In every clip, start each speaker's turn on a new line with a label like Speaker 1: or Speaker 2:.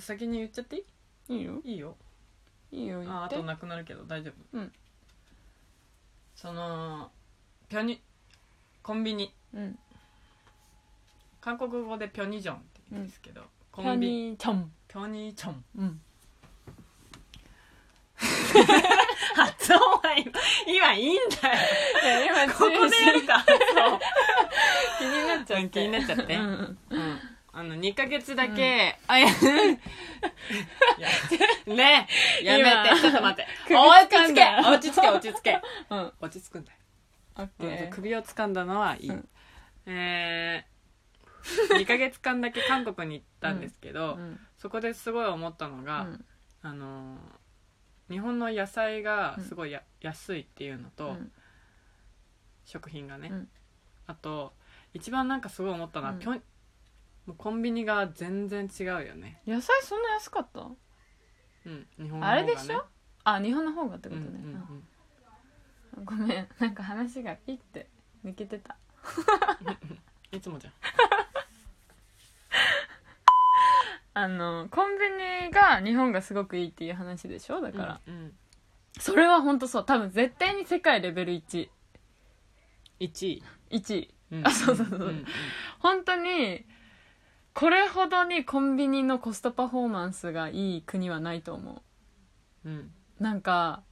Speaker 1: 先に言っちゃってい
Speaker 2: いいよ
Speaker 1: いいいよ
Speaker 2: いいよ言
Speaker 1: ああ
Speaker 2: って
Speaker 1: となくなるけど大丈夫
Speaker 2: うん
Speaker 1: そのピョニコンビニ
Speaker 2: うん
Speaker 1: 韓国語でピョニジョンって言うんですけど、
Speaker 2: ピ
Speaker 1: コ
Speaker 2: ャ
Speaker 1: ンビ
Speaker 2: ニーちゃん
Speaker 1: ピョニチョン
Speaker 2: うん
Speaker 1: 発音は今今いいんだよ
Speaker 2: 今
Speaker 1: ここでやるかそう
Speaker 2: 気になっちゃって
Speaker 1: 気になっちゃって
Speaker 2: うんうん
Speaker 1: うんあの2ヶ月だけ、あ ややねやめ
Speaker 2: 今
Speaker 1: てちょっと待って
Speaker 2: 首
Speaker 1: 落
Speaker 2: 掴
Speaker 1: ち着
Speaker 2: ん
Speaker 1: け
Speaker 2: だ
Speaker 1: 落ち着け落ち着け
Speaker 2: うん
Speaker 1: 落ち着くんだよ、
Speaker 2: オッケ
Speaker 1: うん
Speaker 2: ー
Speaker 1: 首を掴んだのはいい、
Speaker 2: うん
Speaker 1: えー、2ヶ月 間だけ韓国に行ったんですけど、
Speaker 2: うん
Speaker 1: そこですごい思ったの
Speaker 2: う
Speaker 1: が、
Speaker 2: ん
Speaker 1: あのー日本の野菜がすごいや、安いっていうのと、
Speaker 2: うん
Speaker 1: 食品がね、
Speaker 2: うん
Speaker 1: あと一番なんかすごい思ったのは、
Speaker 2: うん
Speaker 1: ピョンもうコンビニが全然違うよね、
Speaker 2: 野菜そんな安かった
Speaker 1: うん、日本の方
Speaker 2: あ
Speaker 1: が、ね、
Speaker 2: れでしょあ日本の方がって
Speaker 1: う
Speaker 2: こ
Speaker 1: んう
Speaker 2: と
Speaker 1: ん
Speaker 2: ね
Speaker 1: うん
Speaker 2: あごめんなんか話がピッて抜けてた
Speaker 1: いつもじゃん
Speaker 2: あのコンビニが日本がすごくいいっていう話でしょだから、
Speaker 1: うんうん、
Speaker 2: それは本当そう多分絶対に世界レベル11
Speaker 1: 1位、
Speaker 2: 位
Speaker 1: うん
Speaker 2: あそうそうそう本当にこれほどにコンビニのコストパフォーマンスがいい国はないと思
Speaker 1: うんうん
Speaker 2: うなんか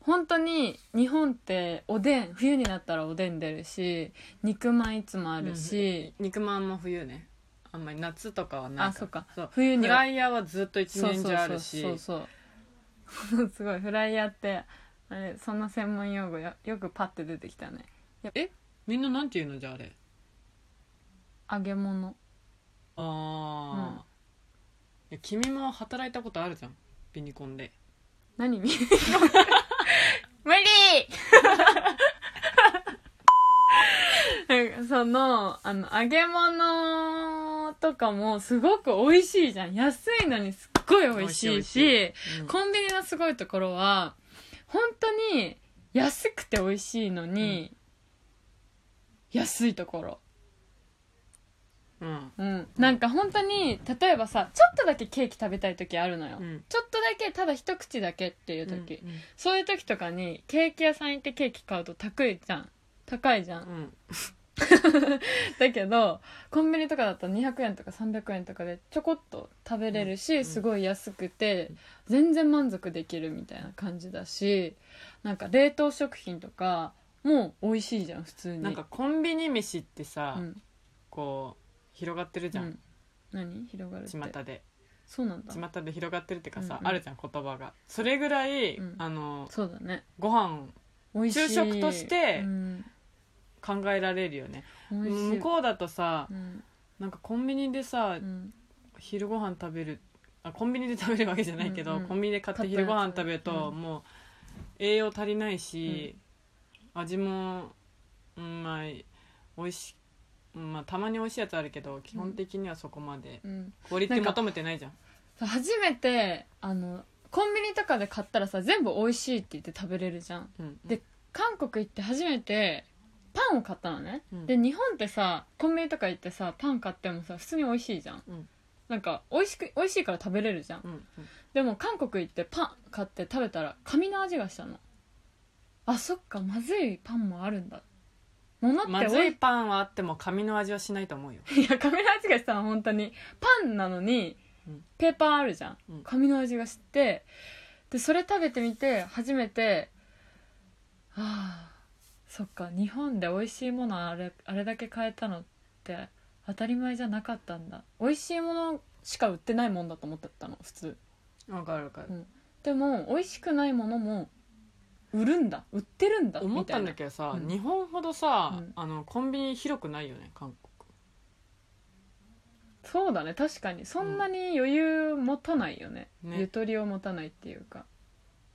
Speaker 2: 本当に日本っておでん冬になったらおでん出るし肉まんいつもあるし、
Speaker 1: 肉まんも冬ねあんまり夏とかはない
Speaker 2: あそっか
Speaker 1: そう
Speaker 2: 冬
Speaker 1: フ
Speaker 2: に
Speaker 1: ライヤーはずっと一
Speaker 2: そう
Speaker 1: 年
Speaker 2: そう
Speaker 1: 中あ
Speaker 2: そ
Speaker 1: る
Speaker 2: う
Speaker 1: し
Speaker 2: そうそう すごいフライヤーってあれそんな専門用語よよくパッて出てきたね
Speaker 1: みんななんて言うのじゃああれ
Speaker 2: 揚げ物
Speaker 1: ああ、いや君も働いたことあるじゃんビニコンで
Speaker 2: 何見無理なんかそのあの揚げ物とかもすごく美味しいじゃん安いのにすっごい美味しいし
Speaker 1: 美味しい美うん
Speaker 2: コンビニのすごいところは本当に安くて美味しいのに、安いところ
Speaker 1: うん
Speaker 2: うん、なんか本当に例えばさちょっとだけケーキ食べたい時あるのよ、
Speaker 1: うん
Speaker 2: ちょっとだけただ一口だけっていう時、
Speaker 1: うん
Speaker 2: そういう時とかにケーキ屋さん行ってケーキ買うと高いじゃん高いじゃん
Speaker 1: うん
Speaker 2: だけどコンビニとかだと200円とか300円とかでちょこっと食べれる
Speaker 1: う
Speaker 2: し
Speaker 1: ん
Speaker 2: すごい安くて全然満足できるみたいな感じだしなんか冷凍食品とかも美味しいじゃん普通に
Speaker 1: なんかコンビニ飯ってさ、
Speaker 2: うん
Speaker 1: こう広がってるじ
Speaker 2: う
Speaker 1: ゃん、
Speaker 2: ん何広がるって
Speaker 1: 巷で
Speaker 2: そうなんだ
Speaker 1: 巷で広がってるっていうかさ、
Speaker 2: うんうん
Speaker 1: あるじゃん言葉がそれぐらい、
Speaker 2: うん
Speaker 1: あの
Speaker 2: そうだね
Speaker 1: ご飯
Speaker 2: 美味しい
Speaker 1: 昼食として
Speaker 2: うん
Speaker 1: 考えられるよね
Speaker 2: 美味しい
Speaker 1: 向こうだとさ
Speaker 2: うん
Speaker 1: なんかコンビニでさ、
Speaker 2: うん
Speaker 1: 昼ご飯食べるあコンビニで食べるわけじゃないけど、
Speaker 2: うんうん
Speaker 1: コンビニで買って昼ご飯食べると、
Speaker 2: う
Speaker 1: もう栄養足りないし、味も、うん、まあ美味しうんまあ、たまに美味しいやつあるけど基本的にはそこまで、
Speaker 2: うん
Speaker 1: クオリテ
Speaker 2: な
Speaker 1: ィ
Speaker 2: んか
Speaker 1: 求めてないじゃん
Speaker 2: そう初めてあのコンビニとかで買ったらさ全部美味しいって言って食べれるじゃん
Speaker 1: うん
Speaker 2: で韓国行って初めてパンを買ったのね、
Speaker 1: うん
Speaker 2: で日本ってさコンビニとか行ってさパン買ってもさ普通に美味しいじゃん、
Speaker 1: うん
Speaker 2: なんか美味しく美味しいから食べれるじゃん
Speaker 1: うんうん
Speaker 2: でも韓国行ってパン買って食べたら紙の味がしたのあそっかまずいパンもあるんだものって
Speaker 1: まず
Speaker 2: お
Speaker 1: いパンはあっても紙の味はしないと思うよ
Speaker 2: いや紙の味がしたの本当にパンなのに
Speaker 1: うん
Speaker 2: ペーパーあるじゃん、
Speaker 1: うん
Speaker 2: 紙の味がしてでそれ食べてみて初めてああそっか日本で美味しいものあれあれだけ買えたのって当たり前じゃなかったんだ美味しいものしか売ってないもんだと思ってたの普通
Speaker 1: わかるわかる、
Speaker 2: でも美味しくないものも売るんだ売ってるんだ
Speaker 1: 思っ
Speaker 2: みた
Speaker 1: た
Speaker 2: い
Speaker 1: ん
Speaker 2: な
Speaker 1: だけどさ、
Speaker 2: うん
Speaker 1: 日本ほどさ、
Speaker 2: うん
Speaker 1: あのコンビニ広くないよね韓国
Speaker 2: そうだね確かにそんなに余裕持たないよね,、
Speaker 1: ね
Speaker 2: ゆとりを持たないっていうか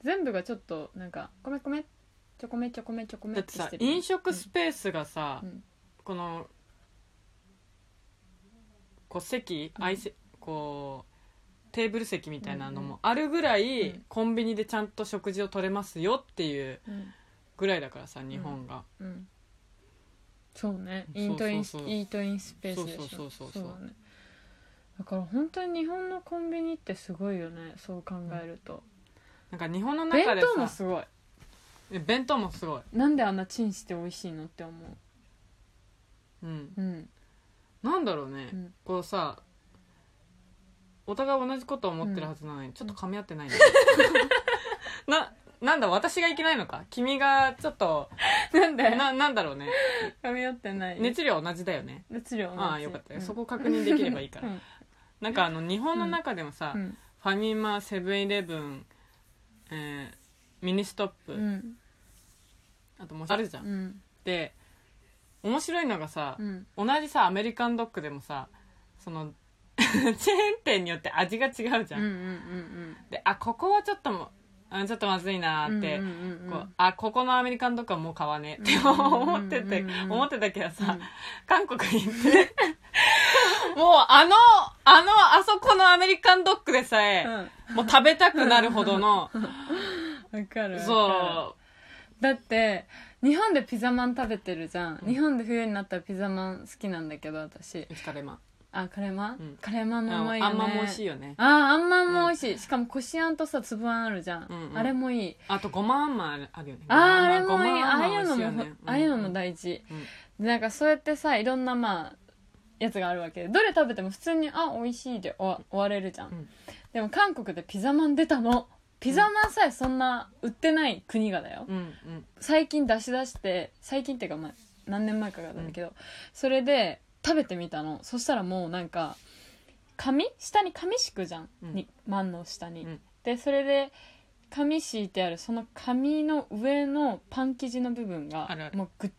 Speaker 2: 全部がちょっとなんか「ごめんごめんちょこめちょこめちょこめ」
Speaker 1: だっ
Speaker 2: っててし
Speaker 1: さ
Speaker 2: てる
Speaker 1: 飲食スペースがさ、
Speaker 2: うん
Speaker 1: このこう席、
Speaker 2: うん
Speaker 1: あいせこうテーブル席みたいなのもあるぐらい、
Speaker 2: うん
Speaker 1: コンビニでちゃんと食事を取れますよっていう
Speaker 2: うん
Speaker 1: ぐらいだからさ日本が、
Speaker 2: うん、うんそうね
Speaker 1: そう
Speaker 2: イートイン
Speaker 1: そうそう
Speaker 2: イートインスペースでしょ
Speaker 1: そうそうそうそう
Speaker 2: だねだから本当に日本のコンビニってすごいよねそう考えると、
Speaker 1: なんか日本の
Speaker 2: 弁
Speaker 1: 中で
Speaker 2: 当も
Speaker 1: さ
Speaker 2: すごい
Speaker 1: え弁当もすごい、
Speaker 2: なんであんなチンして美味しいのって思
Speaker 1: うん、
Speaker 2: ううん
Speaker 1: なんだろうね、
Speaker 2: うん
Speaker 1: こうさお互い同じことを思ってるはずなのに、ちょっと噛み合ってないねななんだ私がいけないのか君がちょっと
Speaker 2: なんで
Speaker 1: ななんだろうね
Speaker 2: 噛み合ってない
Speaker 1: 熱量同じだよね
Speaker 2: 熱量同じ
Speaker 1: ああよかった、
Speaker 2: うん
Speaker 1: そこ確認できればいいから、
Speaker 2: うん
Speaker 1: なんかあの日本の中でもさ、
Speaker 2: うん
Speaker 1: ファミマセブンイレブン、えーミニストップ、
Speaker 2: うん
Speaker 1: あともう一つあるじゃん、
Speaker 2: うん
Speaker 1: で面白いのがさ、
Speaker 2: うん
Speaker 1: 同じさアメリカンドッグでもさその チェーン店によって味が違うじゃ、
Speaker 2: うんうんんうん
Speaker 1: であここはちょっともあちょっとまずいなーって、
Speaker 2: うんうんうん
Speaker 1: こうあここのアメリカンドッグはもう買わねえって
Speaker 2: うんうんうんうん
Speaker 1: 思ってて思ってたけどさ、韓国行ってもうあのあのあそこのアメリカンドッグでさえ、
Speaker 2: う
Speaker 1: もう食べたくなるほどの
Speaker 2: んわかるわかる
Speaker 1: そう
Speaker 2: だって日本でピザマン食べてるじゃん、日本で冬になったらピザマン好きなんだけど私
Speaker 1: 生きたれま
Speaker 2: あカレーマン、
Speaker 1: うん
Speaker 2: カレーマンもうまいよね
Speaker 1: あんまも美味しいよね
Speaker 2: ああんまんも美味しい、しかもこしあんとさつぶあんあるじゃん、
Speaker 1: うんうん
Speaker 2: あれもいい
Speaker 1: あとごまあんまんあるよね
Speaker 2: あああれもいいああい
Speaker 1: 美
Speaker 2: うの
Speaker 1: 味し
Speaker 2: も、
Speaker 1: よね
Speaker 2: ああいうのも
Speaker 1: ん
Speaker 2: 大事、
Speaker 1: うん
Speaker 2: でなんかそうやってさいろんなまあやつがあるわけでどれ食べても普通に「あ美味しい」で終わ終われるじゃん、
Speaker 1: うん
Speaker 2: でも韓国でピザマン出たのピザマンさえそんな売ってない国がだよ、
Speaker 1: うんうん
Speaker 2: 最近出し出して最近っていうか、まあ、何年前かなんだけど、それで食べてみたのそしたらもうなんか紙下に紙敷くじゃん、
Speaker 1: うん
Speaker 2: にマンの下に、
Speaker 1: うん
Speaker 2: でそれで紙敷いてあるその紙の上のパン生地の部分が
Speaker 1: あるある
Speaker 2: もうぐっ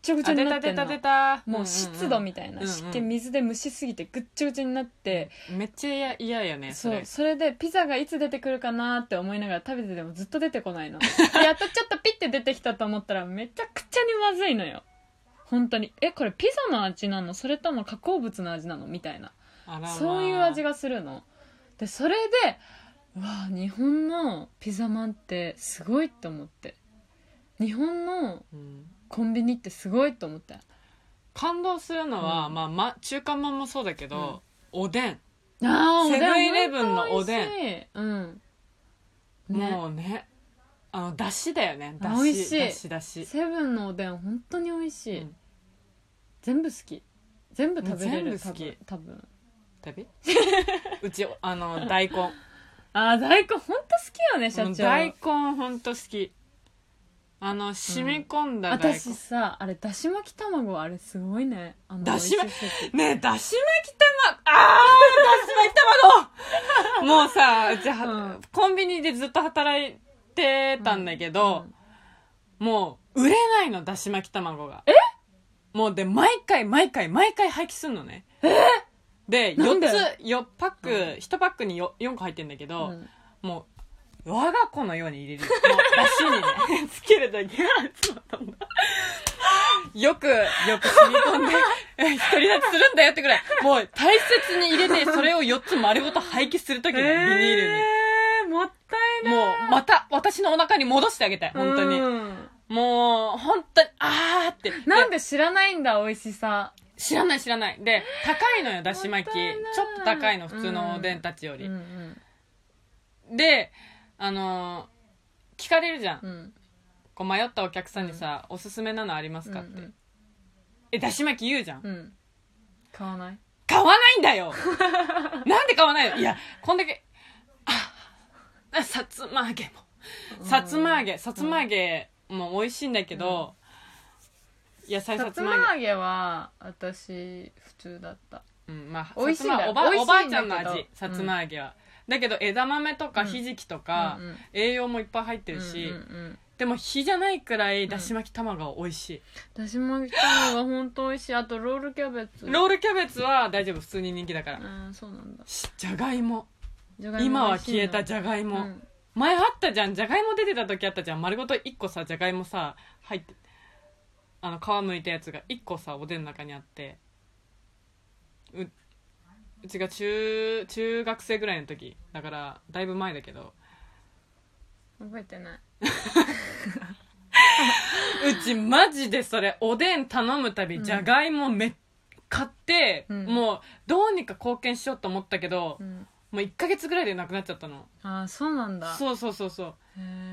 Speaker 2: ちょぐちょ
Speaker 1: あ
Speaker 2: に
Speaker 1: 出
Speaker 2: な
Speaker 1: た
Speaker 2: って
Speaker 1: 出
Speaker 2: んの
Speaker 1: た出た
Speaker 2: もう湿度みたい
Speaker 1: う
Speaker 2: な、
Speaker 1: んうん
Speaker 2: 湿気水で蒸しすぎてぐっちょぐちょになって、
Speaker 1: うんうんめっちゃ嫌嫌よねそ
Speaker 2: そう
Speaker 1: れ
Speaker 2: それでピザがいつ出てくるかなって思いながら食べててもずっと出てこな いのでやっとちょっとピッて出てきたと思ったらめちゃくちゃにまずいのよ本当にえこれピザの味なのそれとも加工物の味なのみたいな
Speaker 1: あらまあ
Speaker 2: そういう味がするのでそれでうわ日本のピザマンってすごいと思って日本の
Speaker 1: うん
Speaker 2: コンビニってすごいと思って
Speaker 1: 感動するのは
Speaker 2: うん
Speaker 1: まあま中華まんもそうだけどおでん
Speaker 2: あーおでん
Speaker 1: セブンイレブンのおでん
Speaker 2: 本当美味しいうんね
Speaker 1: もうねあのだしだよねだ
Speaker 2: あ美味し
Speaker 1: しだ
Speaker 2: い
Speaker 1: しだし
Speaker 2: セブンのおでん本当に美味しい、
Speaker 1: うん
Speaker 2: 全部好き全部食べれる
Speaker 1: 全部好き
Speaker 2: 多分多分
Speaker 1: 食べ うちあの大根
Speaker 2: あー大根本当好きよね社
Speaker 1: もう
Speaker 2: 長
Speaker 1: 大根ほんと好きあの染み込んだ大根、
Speaker 2: 私さあれだし巻き卵あれすごいねあの
Speaker 1: だし巻
Speaker 2: 美味しい時
Speaker 1: ねえだし巻き卵あーだし巻き 卵もうさじゃ、
Speaker 2: うん
Speaker 1: コンビニでずっと働いてたんだけど、もう売れないのだし巻き卵がえもうで毎回毎回毎回廃棄すんのねえで
Speaker 2: なんで
Speaker 1: 4つ4パック、
Speaker 2: うん
Speaker 1: 1パックに 4, 個入ってんだけ
Speaker 2: うん
Speaker 1: ど、
Speaker 2: うん
Speaker 1: もう我が子のように 入れるもうだしにねつけるだけそうなんだよくよく染み込んで え独り立ちするんだよってくらいもう大切に入れてそれを4つ丸ごと廃棄する時のビニールに、
Speaker 2: えー、もったいない
Speaker 1: もうまた私のお腹に戻してあげたい本当に、
Speaker 2: うん
Speaker 1: もう本当にあーってで
Speaker 2: なんで知らないんだ美味しさ
Speaker 1: 知らない知らないで高いのよだし巻きち
Speaker 2: もったいない
Speaker 1: ょっと高いの普通のおでんたちよ
Speaker 2: うん
Speaker 1: り
Speaker 2: う、ん
Speaker 1: であのー聞かれるじゃん
Speaker 2: うん
Speaker 1: こう迷ったお客さんにさ、おすすめなのありますかって、
Speaker 2: うん
Speaker 1: えだし巻き言うじゃん、
Speaker 2: うんうん買わない
Speaker 1: 買わないんだ よなんで買わないのいやこんだけああさつま揚げもさつま揚げさつま揚げも美味しいんだけど、野菜
Speaker 2: さ
Speaker 1: さ
Speaker 2: つ
Speaker 1: つま揚げ
Speaker 2: ま揚げは私普通だった
Speaker 1: うんまあ、
Speaker 2: 美味しいんだ
Speaker 1: さつまおば
Speaker 2: 美味し
Speaker 1: おばあ
Speaker 2: いん
Speaker 1: ち
Speaker 2: だ
Speaker 1: ゃ
Speaker 2: け
Speaker 1: ん
Speaker 2: ど
Speaker 1: の味さつま揚げは、だけど枝豆と
Speaker 2: う
Speaker 1: か
Speaker 2: ん
Speaker 1: ひじきとか、
Speaker 2: うんうん
Speaker 1: 栄養もいっぱい入ってるし、
Speaker 2: うんうんうん
Speaker 1: でも火じゃないくらいだし巻き卵は美味しい、
Speaker 2: だし巻き卵が本当美味しいあとロールキャベツ
Speaker 1: ロールキャベツは大丈夫普通に人気だから、
Speaker 2: うんそうなんだ
Speaker 1: しじゃがいも
Speaker 2: じゃがいも
Speaker 1: 今
Speaker 2: 美
Speaker 1: は
Speaker 2: 味しいの
Speaker 1: 消えたじゃがいも、
Speaker 2: うん
Speaker 1: 前あったじゃんじゃがいも出てた時あったじゃん丸ごと1個さじゃがいもさ入ってあの皮むいたやつが1個さおでんの中にあってううちが中中学生ぐらいの時だからだいぶ前だけど
Speaker 2: 覚えてないう
Speaker 1: ちマジでそれおでん頼むたびじゃがいもめっ買って、
Speaker 2: うん
Speaker 1: もうどうにか貢献しようと思ったけど、
Speaker 2: うん、
Speaker 1: もう1ヶ月ぐらいでなくなっちゃったの
Speaker 2: ああそうなんだ
Speaker 1: そうそうそうそう
Speaker 2: へえ